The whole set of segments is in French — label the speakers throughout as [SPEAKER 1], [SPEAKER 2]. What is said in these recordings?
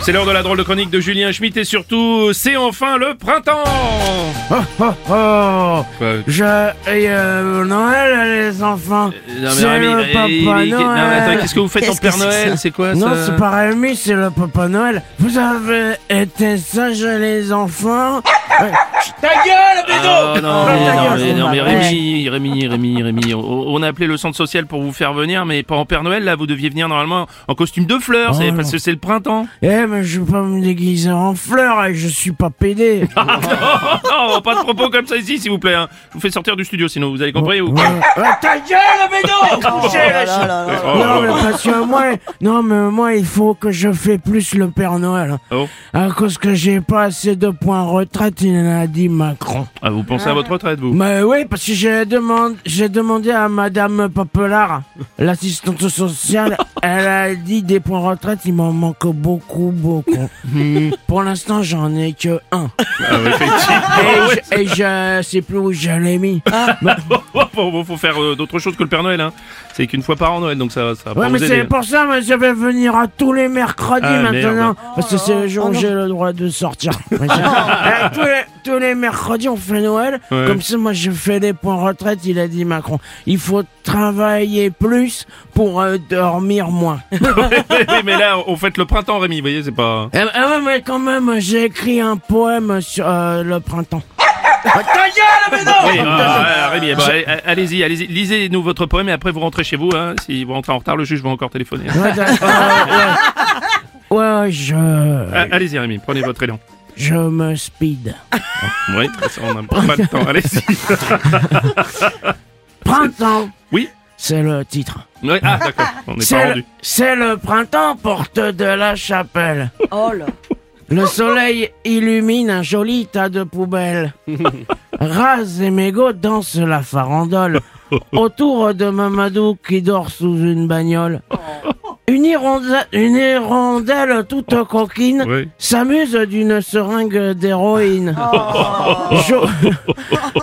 [SPEAKER 1] C'est l'heure de la drôle de chronique de Julien Schmitt et surtout, c'est enfin le printemps
[SPEAKER 2] Oh, oh, oh
[SPEAKER 1] Quoi
[SPEAKER 2] Je... et, euh, Noël, les enfants
[SPEAKER 1] Non, mais
[SPEAKER 2] C'est
[SPEAKER 1] Rémi,
[SPEAKER 2] le
[SPEAKER 1] eh,
[SPEAKER 2] Papa
[SPEAKER 1] il- il-
[SPEAKER 2] Noël
[SPEAKER 1] non, mais attends, qu'est-ce que vous faites en
[SPEAKER 3] Qu'est-ce
[SPEAKER 1] Père
[SPEAKER 3] que c'est
[SPEAKER 1] Noël
[SPEAKER 3] ça
[SPEAKER 1] C'est quoi
[SPEAKER 2] Non,
[SPEAKER 1] ça
[SPEAKER 2] c'est pas Rémi, c'est le Papa Noël Vous avez été sages, les enfants Euh, Ta gueule,
[SPEAKER 1] Oh, non,
[SPEAKER 2] Ferme
[SPEAKER 1] mais,
[SPEAKER 2] ta
[SPEAKER 1] non,
[SPEAKER 2] gueule,
[SPEAKER 1] mais,
[SPEAKER 2] son
[SPEAKER 1] non, mais
[SPEAKER 2] bordel.
[SPEAKER 1] Rémi, Rémi, Rémi, Rémi, on on a appelé le centre social pour vous faire venir, mais pas en Père Noël, là, vous deviez venir normalement en costume de fleurs,
[SPEAKER 2] Oh,
[SPEAKER 1] c'est
[SPEAKER 2] non.
[SPEAKER 1] parce que c'est le printemps.
[SPEAKER 2] Eh, mais je vais pas me déguiser en fleur, et je suis pas pédé
[SPEAKER 1] Ah, Oh, pas de propos comme ça ici, s'il vous plaît. hein. Je vous fais sortir du studio, sinon vous avez compris ou...
[SPEAKER 2] Ouais. Euh, Ta gueule, Bédo Couchez, la
[SPEAKER 1] Oh,
[SPEAKER 2] Non, mais
[SPEAKER 1] oh,
[SPEAKER 2] parce que moi, non, mais moi, il faut que je fais plus le Père Noël.
[SPEAKER 1] oh.
[SPEAKER 2] À cause que j'ai pas assez de points retraite, il en a dit Macron.
[SPEAKER 1] Ah, vous pensez à votre retraite, vous
[SPEAKER 2] Mais oui, parce que j'ai demandé, j'ai demandé à Madame Popelard, l'assistante sociale, elle a dit des points retraite, il m'en manque beaucoup, beaucoup. Pour l'instant, j'en ai que un.
[SPEAKER 1] Ah, oui, effectivement.
[SPEAKER 2] Et je, et je sais plus où je l'ai mis.
[SPEAKER 1] Bon, bon, faut faire euh, d'autres choses que le Père Noël. Hein. C'est qu'une fois par an Noël, donc ça, ça va pas
[SPEAKER 2] Ouais,
[SPEAKER 1] vous
[SPEAKER 2] mais
[SPEAKER 1] aider,
[SPEAKER 2] c'est
[SPEAKER 1] hein.
[SPEAKER 2] pour ça, mais je vais venir à tous les mercredis
[SPEAKER 1] Ah,
[SPEAKER 2] maintenant.
[SPEAKER 1] merde.
[SPEAKER 2] Parce que c'est le jour où j'ai le droit de sortir. Euh, tous, les, tous les mercredis, on fait Noël.
[SPEAKER 1] Ouais.
[SPEAKER 2] Comme ça, moi, je fais les points retraite, il a dit Macron. Il faut travailler plus pour euh, dormir moins. Eh,
[SPEAKER 1] Oui, mais là, on fête le printemps, Rémi. Vous voyez, c'est pas.
[SPEAKER 2] Euh, ah ouais, mais quand même, j'ai écrit un poème sur euh, le printemps.
[SPEAKER 1] Oui, ah, ah, Rémi, eh ben, allez- allez-y, allez-y. Lisez-nous votre poème et après vous rentrez chez vous. Hein. Si vous rentrez en retard, le juge va encore téléphoner. hein.
[SPEAKER 2] Ouais, euh, ouais. Ouais, je,
[SPEAKER 1] Ah, Allez-y, Rémi, prenez votre élan.
[SPEAKER 2] je me speed.
[SPEAKER 1] Oui, ça, on n'a pas le temps. Allez-y.
[SPEAKER 2] Printemps,
[SPEAKER 1] Oui.
[SPEAKER 2] c'est le titre.
[SPEAKER 1] Ouais, ah, d'accord. On n'est
[SPEAKER 2] C'est
[SPEAKER 1] pas
[SPEAKER 2] le-
[SPEAKER 1] rendu.
[SPEAKER 2] C'est le printemps, porte de la chapelle.
[SPEAKER 3] Oh là.
[SPEAKER 2] Le soleil illumine un joli tas de poubelles. Raz et Mégo dansent la farandole autour de Mamadou qui dort sous une bagnole.
[SPEAKER 3] Oh.
[SPEAKER 2] Une, hirondelle- une hirondelle toute coquine
[SPEAKER 1] Oui.
[SPEAKER 2] s'amuse d'une seringue d'héroïne. Jo-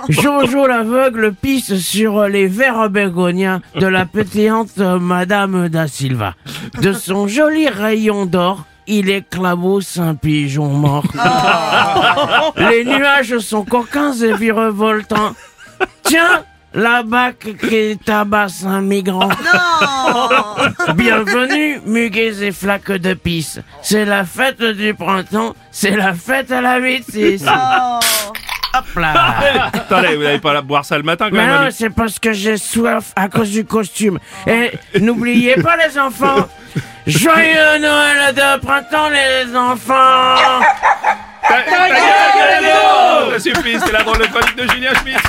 [SPEAKER 2] Jojo l'aveugle pisse sur les verres bégoniens de la pétillante Madame da Silva. De son joli rayon d'or, il éclabousse un pigeon mort. Les nuages sont coquins et virevoltants. Tiens, la bac qui tabasse un migrant. Bienvenue, muguets et flaques de pisse. C'est la fête du printemps, c'est la fête à la 8-6. Hop là
[SPEAKER 1] Putain, là, vous n'allez pas la boire ça le matin quand
[SPEAKER 2] Mais
[SPEAKER 1] même.
[SPEAKER 2] non,
[SPEAKER 1] Rémi.
[SPEAKER 2] c'est parce que j'ai soif à cause du costume. Et n'oubliez pas les enfants Joyeux Noël de printemps les enfants
[SPEAKER 1] Eh, Ta- ta gueule, Rémi Ça suffit, c'est la drôle de chronique de Julien Schmitt.